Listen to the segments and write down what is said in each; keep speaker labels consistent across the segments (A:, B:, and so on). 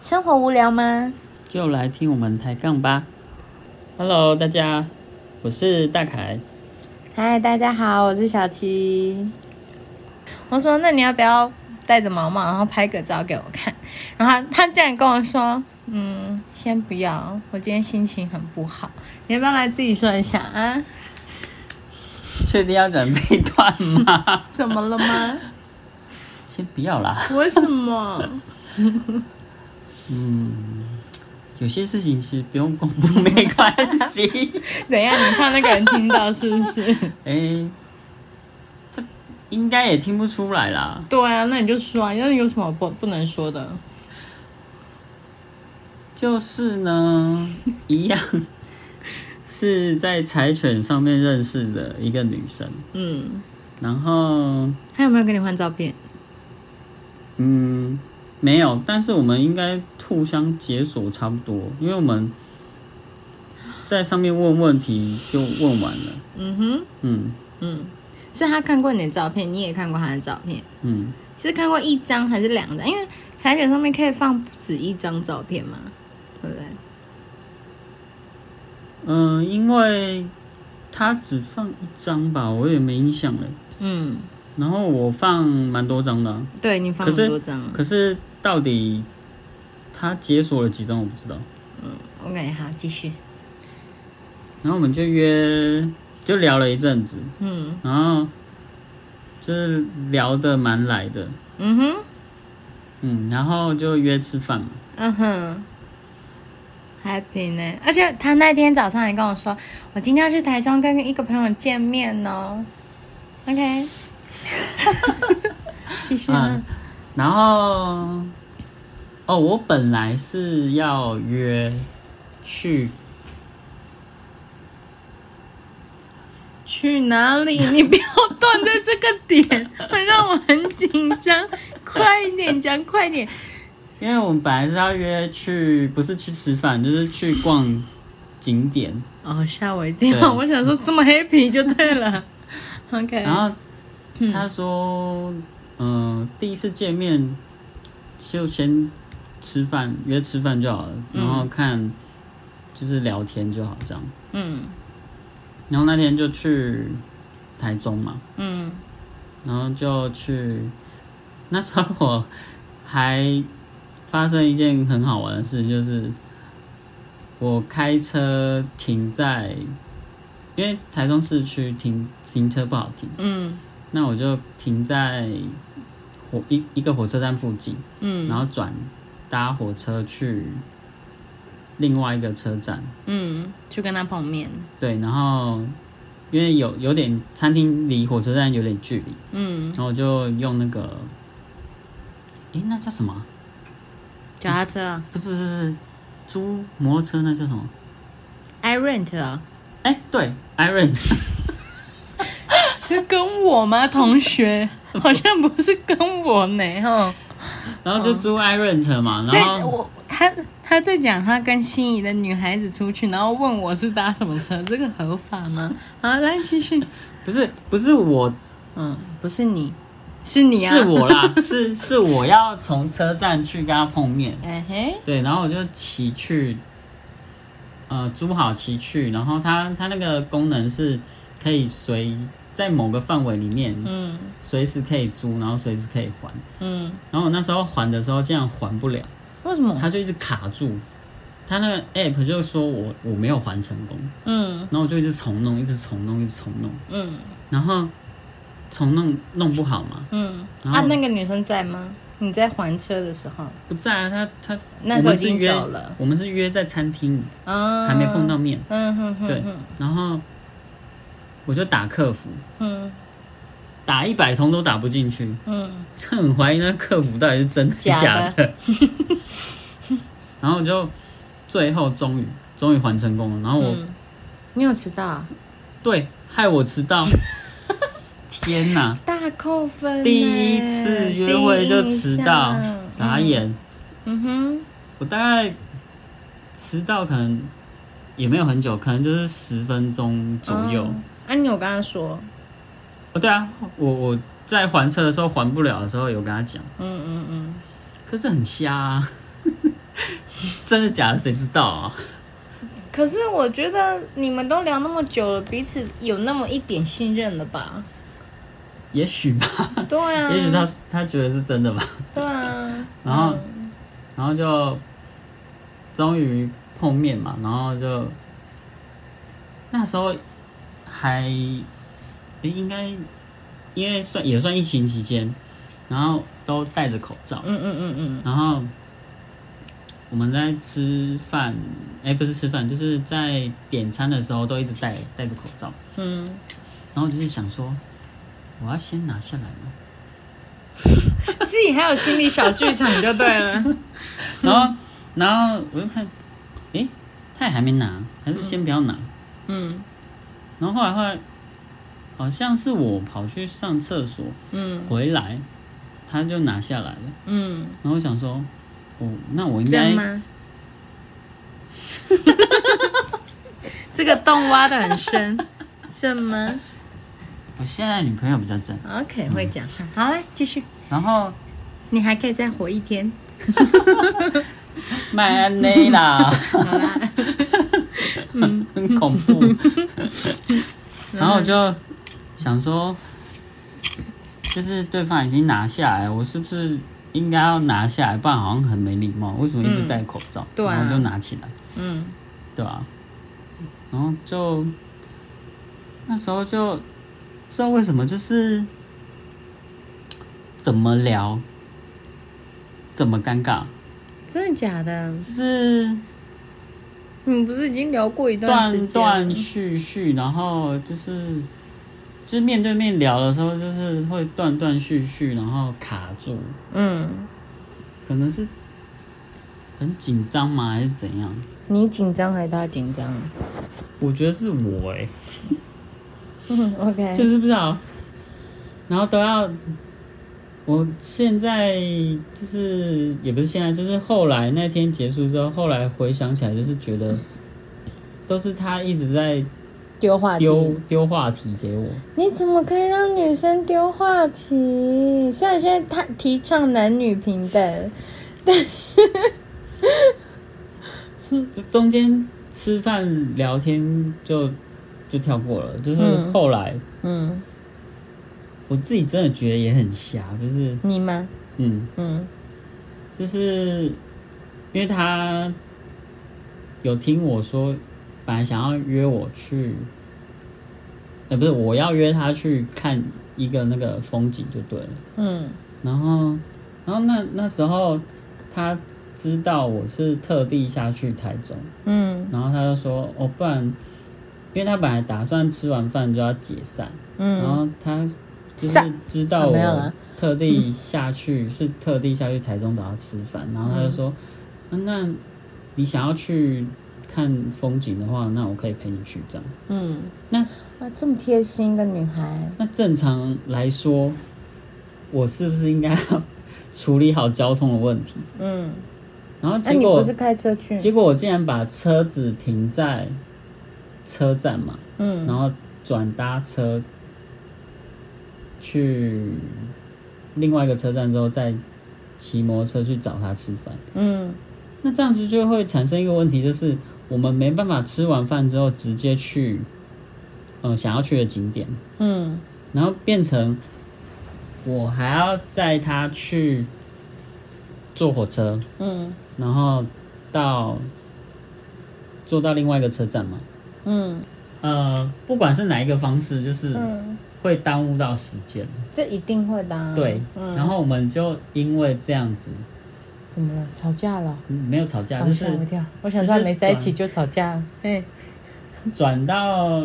A: 生活无聊吗？
B: 就来听我们抬杠吧。Hello，大家，我是大凯。
A: 嗨，大家好，我是小七。我说，那你要不要戴着毛毛，然后拍个照给我看？然后他他竟然跟我说，嗯，先不要，我今天心情很不好。你要不要来自己说一下啊？
B: 确定要讲这一段吗？
A: 怎么了吗？
B: 先不要啦。
A: 为什么？
B: 有些事情其实不用公布没关系。
A: 怎样？你怕那个人听到是不是？
B: 哎、这应该也听不出来啦。
A: 对啊，那你就说啊，那有什么不不能说的？
B: 就是呢，一样 是在柴犬上面认识的一个女生，
A: 嗯，
B: 然后
A: 他有没有跟你换照片？
B: 嗯，没有，但是我们应该互相解锁差不多，因为我们在上面问问题就问完了。
A: 嗯哼，
B: 嗯
A: 所以他看过你的照片，你也看过他的照片，
B: 嗯，
A: 是看过一张还是两张？因为柴犬上面可以放不止一张照片嘛，对不对？
B: 嗯、因为他只放一张吧，我也没印象了。
A: 嗯，
B: 然后我放蛮多张的啊、
A: 对你放
B: 可是
A: 很多张啊。
B: 可是到底他解锁了几张我不知道。
A: OK，好，继续。
B: 然后我们就约，就聊了一阵子，
A: 嗯
B: 然后就是聊得蛮来的，
A: 嗯哼，
B: 嗯，然后就约吃饭嘛。
A: 嗯哼。happy 呢，而且他那天早上还跟我说，我今天要去台中跟一个朋友见面哦。OK，继续啊。
B: 嗯然后，哦，我本来是要约去，
A: 去哪里？你不要断在这个点，会让我很紧张。快一点讲，快一点。
B: 因为我们本来是要约去，不是去吃饭，就是去逛景点。
A: 哦，吓我一
B: 对
A: 跳！我想说这么 happy 就对了。OK，
B: 然后他说，嗯、第一次见面就先吃饭，约吃饭就好了，然后看就是聊天就好这样。
A: 嗯
B: 然后那天就去台中嘛，
A: 嗯
B: 然后就去，那时候我还发生一件很好玩的事，就是我开车停在，因为台中市区停停车不好停，
A: 嗯
B: 那我就停在火一一个火车站附近，
A: 嗯
B: 然后转搭火车去另外一个车站，
A: 嗯，去跟他碰面。
B: 对，然后因为有有点餐厅离火车站有点距离。
A: 嗯，
B: 然后我就用那个，诶，那叫什么啊？
A: 脚踏车啊
B: 不是不是不是，租摩托车那叫什么？
A: ，I rent 啊，
B: 哎、对，Iron，
A: 是跟我吗？同学，好像不是跟我呢，哈。
B: 然后就租 Iron 嘛，
A: 在
B: 然后
A: 哦我他他在讲他跟心仪的女孩子出去，然后问我是搭什么车，这个合法吗？好，来继续。
B: 不是不是我，
A: 嗯，不是你，是你啊。
B: 是。我啦，是是我要从车站去跟他碰面，
A: 哎嘿，
B: 对，然后我就骑去，呃，租好骑去，然后它它那个功能是可以随在某个范围里面，
A: 嗯
B: 随时可以租，然后随时可以还，
A: 嗯，
B: 然后我那时候还的时候竟然还不了。
A: 为什么？
B: 他就一直卡住，他那个 app 就说我我没有还成功，
A: 嗯
B: 然后我就一直重弄，一直重弄，一直重弄，
A: 嗯
B: 然后重弄弄不好嘛，
A: 嗯。
B: 然后
A: 啊，那个女生在吗？你在还车的时候，
B: 不在啊，他他
A: 那时候
B: 我
A: 已
B: 们是
A: 经
B: 约
A: 走了
B: 我们是约在餐厅，
A: 啊，
B: 还没碰。到面，
A: 嗯哼哼
B: 对
A: 哼，
B: 然后我就打客服，
A: 嗯
B: 打一百通都打不进去，
A: 嗯
B: 这很怀疑那客服到底是真的
A: 假
B: 假
A: 的
B: 的 然后我就最后终于终于还成功了，然后我
A: 嗯，你有迟到啊？
B: 对，害我迟 到。天哪！
A: 大扣分欸。
B: 第一次约会就迟到
A: 第一，项
B: 傻。眼！
A: 嗯哼，
B: 我大概迟到可能也没有很久，可能就是十分钟左右。
A: 哦
B: 哦，
A: 啊，你有跟他说？
B: 对啊，我我在还车的时候还不了的时候有跟他讲，
A: 嗯嗯嗯，
B: 可是很瞎啊。真的假的谁知道啊？
A: 可是我觉得你们都聊那么久了，彼此有那么一点信任了 吧？
B: 也许吧，
A: 对啊，
B: 也许他他觉得是真的吧。
A: 对啊，
B: 然后然后就终于碰面嘛，然后就那时候还诶应该因为算也算疫情期间，然后都戴着口罩，
A: 嗯嗯嗯嗯，
B: 然后我们在吃饭，哎、不是吃饭，就是在点餐的时候都一直戴戴着口罩，
A: 嗯，
B: 然后就是想说我要先拿下来嘛，
A: 自己还有心理小剧场就对 了。
B: 然后，然后我就看，诶，他也还没拿，还是先不要拿。
A: 嗯
B: 然后后来后来，好像是我跑去上厕所
A: 嗯
B: 回来，他就拿下来了。
A: 嗯，
B: 然后我想说，哦，那我应
A: 这样
B: 该
A: 吗？这个洞挖的很深，是吗
B: 我现在女朋友比较正。
A: ？OK，会讲。好，来继续，
B: 然后
A: 你还可以再活一天。
B: 麦安内啦， 很恐 怖。然后我就想说，就是对方已经拿下来，我是不是应该要拿下来？不然好像很没礼貌，为什么一直戴口罩？
A: 对啊
B: 然后就拿起来，
A: 嗯
B: 对吧、啊然后就那时候就不知道为什么，就是怎么聊，怎么尴尬，
A: 真的假的？
B: 就是。
A: 你们不是已经聊过一段时
B: 断
A: 间了？
B: 断续续，然后就是就是面对面聊的时候，就是会断断续续，然后卡住，
A: 嗯，
B: 可能是很紧张吗，还是怎样？
A: 你紧张还是他紧张
B: 我觉得是我哎、
A: 嗯？OK，
B: 就是不知道，然后都要。我现在就是也不是现在，就是后来那天结束之后，后来回想起来，就是觉得都是他一直在
A: 丢话题。
B: 丢丢话题给我，
A: 你怎么可以让女生丢话题？虽然现在他提倡男女平等，
B: 中间吃饭聊天就就跳过了，就是
A: 嗯
B: 后来
A: 嗯，
B: 我自己真的觉得也很瞎，就是
A: 你吗？
B: 嗯，
A: 嗯
B: 就是因为他有听我说，本来想要约我去，呃，不是我要约他去看一个那个风景就对了，
A: 嗯
B: 然后然后那那时候他知道我是特地下去台中。
A: 嗯
B: 然后他就说：“哦，不然，因为他本来打算吃完饭就要解散，然
A: 嗯，
B: 后他就是
A: 散
B: 知道
A: 啊没有
B: 我
A: 了
B: 特地下去， 是特地下去台中找他吃饭，然后他就说：‘啊
A: 嗯
B: 那你想要去看风景的话，那我可以陪你去。’这样，
A: 嗯，
B: 那
A: 哇，这么贴心的女孩，
B: 那正常来说，我是不是应该要处理好交通的问题？
A: 嗯，
B: 然后
A: 那、
B: 结
A: 你
B: 果
A: 不，是开车去？
B: 结果我竟然把车子停在车站嘛。”
A: 嗯
B: 然后转搭车去另外一个车站之后，再骑摩托车去找他吃饭。
A: 嗯，
B: 那这样子就会产生一个问题，就是我们没办法吃完饭之后直接去，呃，想要去的景点，
A: 嗯
B: 然后变成我还要载他去坐火车，
A: 嗯
B: 然后到坐到另外一个车站嘛。
A: 嗯
B: 呃，不管是哪一个方式，就是。
A: 嗯，
B: 会耽误到时间。
A: 这一定会的、啊。
B: 对，
A: 嗯，
B: 然后我们就因为这样子
A: 怎么了？吵架了？
B: 嗯没有吵架，
A: 哦
B: 就
A: 吓
B: 是
A: 我一跳！我想说
B: 就是
A: 没在一起就吵架了。哎，
B: 转到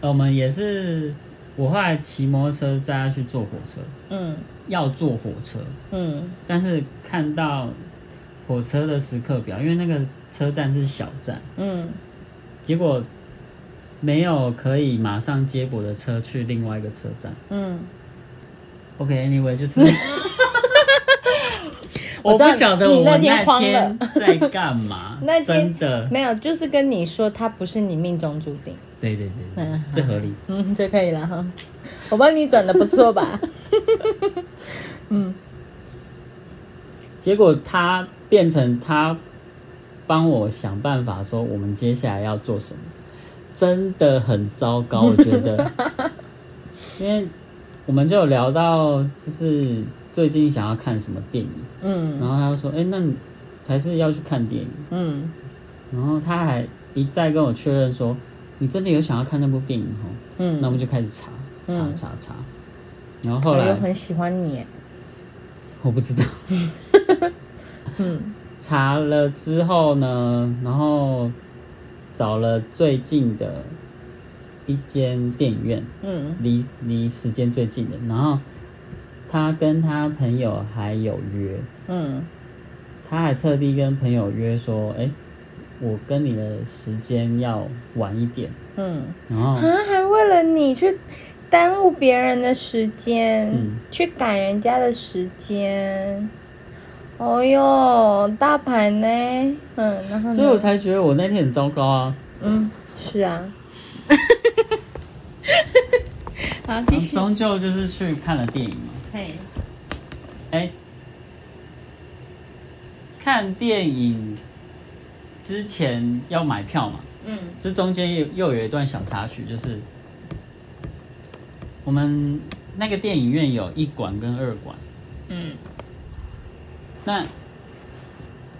B: 呃我们也是，我后来骑摩托车载他去坐火车，
A: 嗯
B: 要坐火车，
A: 嗯
B: 但是看到火车的时刻表，因为那个车站是小站，
A: 嗯
B: 结果没有可以马上接驳的车去另外一个车站。
A: 嗯，
B: OK，Anyway，、就是
A: 我
B: 我
A: 知道
B: 不晓得
A: 你
B: 我
A: 那
B: 那
A: 天慌了
B: 天在干嘛，
A: 那天
B: 真的，
A: 没有，就是跟你说他不是你命中注定。
B: 对对对对
A: 嗯
B: 这合理。
A: 嗯，这可以了哈，我帮你转的不错 吧？
B: 结果他变成他帮我想办法说我们接下来要做什么，真的很糟糕，我 觉得，因为我们就有聊到就是最近想要看什么电影，
A: 嗯
B: 然后他就说，哎、那你还是要去看电影，
A: 嗯，
B: 然后他还一再跟我确认说，你真的有想要看那部电影哦，
A: 嗯
B: 那我们就开始查查
A: 嗯
B: 查查，然后后
A: 我
B: 来
A: 又哎很喜欢你耶，
B: 我不知道。
A: 嗯
B: 查了之后呢，然后找了最近的一间电影院，
A: 嗯
B: 离离时间最近的。然后他跟他朋友还有约，
A: 嗯
B: 他还特地跟朋友约说：“哎、我跟你的时间要晚一点。
A: 嗯，”
B: 然后
A: 啊，还为了你去耽误别人的时间，
B: 嗯
A: 去赶人家的时间，哦哟，大牌呢，嗯，然后呢
B: 所以我才觉得我那天很糟糕啊，
A: 嗯，是 啊。好，继
B: 然后
A: 续。
B: 终究就是去看了电影嘛。
A: 嘿，
B: 哎、看电影之前要买票嘛，
A: 嗯
B: 这中间又又有一段小插曲，就是我们那个电影院有一馆跟二馆，
A: 嗯
B: 那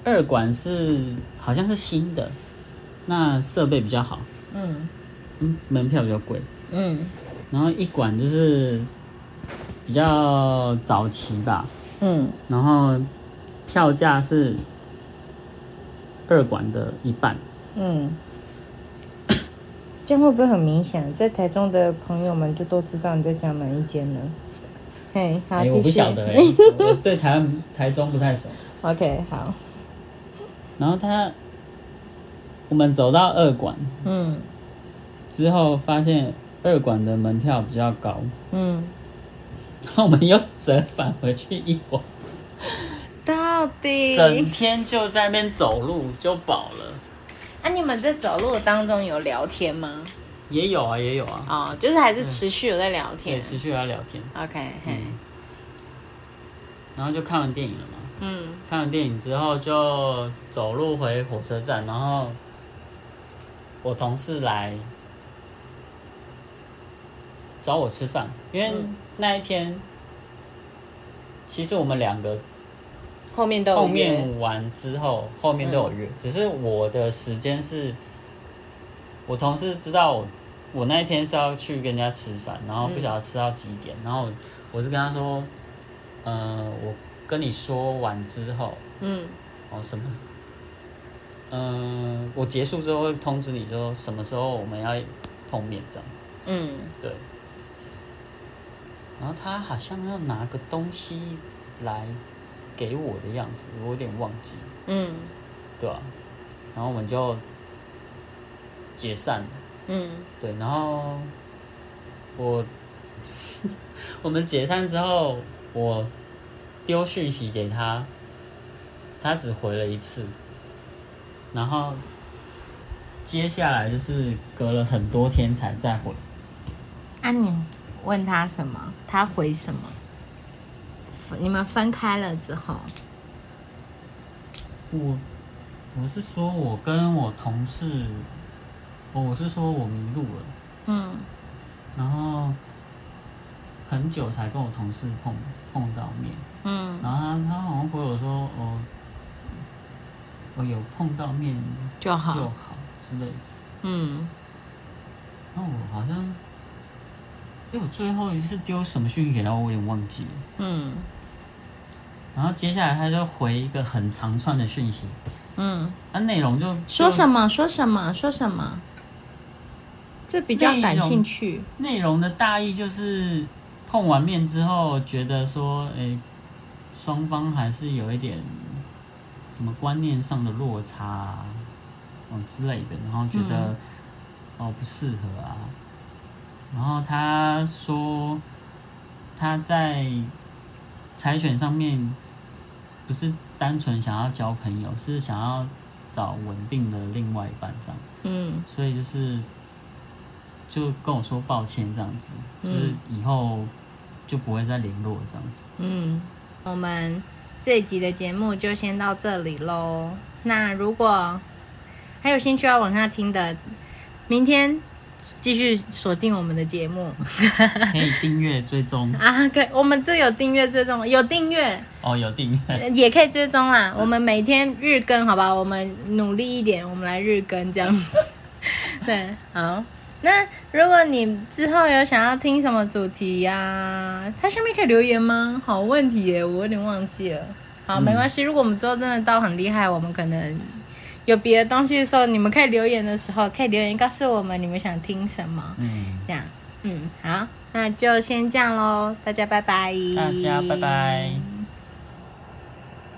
B: 二馆是好像是新的，那设备比较好，
A: 嗯
B: 嗯，门票比较贵，
A: 嗯
B: 然后一馆就是比较早期吧，
A: 嗯
B: 然后票价是二馆的一半，
A: 嗯， 这样会不会很明显？在台中的朋友们就都知道你在讲哪一间了。嘿，好，
B: 哎、
A: 继续。
B: 我不晓得、哎，我 对台湾台中不太熟。
A: OK，好，
B: 然后他，我们走到二馆
A: 嗯
B: 之后，发现二馆的门票比较高，
A: 嗯，
B: 然后我们又折返回去一馆，
A: 到底
B: 整天就在那边走路就饱了。
A: 啊，你们在走路当中有聊天吗？
B: 也有啊，也有啊，
A: 哦，就是还是持续有在聊
B: 对，
A: 天。啊
B: 持续要聊天。
A: OK，嘿，
B: 然后就看完电影了嘛，
A: 嗯
B: 看完电影之后就走路回火车站，然后我同事来找我吃饭，因为
A: 嗯
B: 那一天其实我们两个
A: 后面都有
B: 后
A: 约
B: 面完之后，后面都有约，只是我的时间是，我同事知道我我那一天是要去跟人家吃饭，然后不晓得吃到几点，然后我我是跟他说，呃，我跟你说完之后，
A: 嗯
B: 哦什么， 嗯、我结束之后会通知你，就说什么时候我们要碰面这样子，
A: 嗯
B: 对。然后他好像要拿个东西来给我的样子，我有点忘记了。
A: 嗯
B: 对啊，然后我们就解散了，
A: 嗯
B: 对，然后我 我们解散之后，我丢讯息给他，他只回了一次，然后接下来就是隔了很多天才再回，
A: 啊，你问他什么，他回什么？分你们分开了之后，
B: 我我是说我跟我同事，哦我是说我迷路了，
A: 嗯
B: 然后很久才跟我同事碰碰到面，
A: 嗯，
B: 然后他他好像回我说，哦，我有碰到面
A: 就
B: 就
A: 好，
B: 好之类的。
A: 嗯
B: 那我好像，因为我最后一次丢什么讯息给他，我有点忘记了。
A: 嗯
B: 然后接下来他就回一个很长串的讯息，
A: 嗯，
B: 那、内容就
A: 说什
B: 么？
A: 么说什么说什么，这比较感兴趣，
B: 内容的大意就是碰完面之后，觉得说，诶，双方还是有一点什么观念上的落差、啊，哦之类的，然后觉得、哦不适合啊。然后他说他在柴犬上面不是单纯想要交朋友，是想要找稳定的另外一半这样。
A: 嗯
B: 所以就是就跟我说抱歉这样子，
A: 嗯
B: 就是以后就不会再联络这样子。
A: 嗯，我们这一集的节目就先到这里喽，那如果还有兴趣要往下听的，明天继续锁定我们的节目
B: 可以订阅追 踪
A: 啊！可以我们这有订阅追踪，有订阅
B: 哦，有订阅，
A: 呃 也可以追踪啦。我们每天日更，好吧？我们努力一点，我们来日更这样 子。对，好。那如果你之后有想要听什么主题呀、它下面可以留言吗？好问题耶，我有点忘记了。好，没关系。如果我们之后真的到很厉害，我们可能有别的东西的时候，你们可以留言的时候，可以留言告诉我们你们想听什么。
B: 嗯，
A: 这样，嗯，好，那就先这样喽，大家拜拜，
B: 大家拜拜。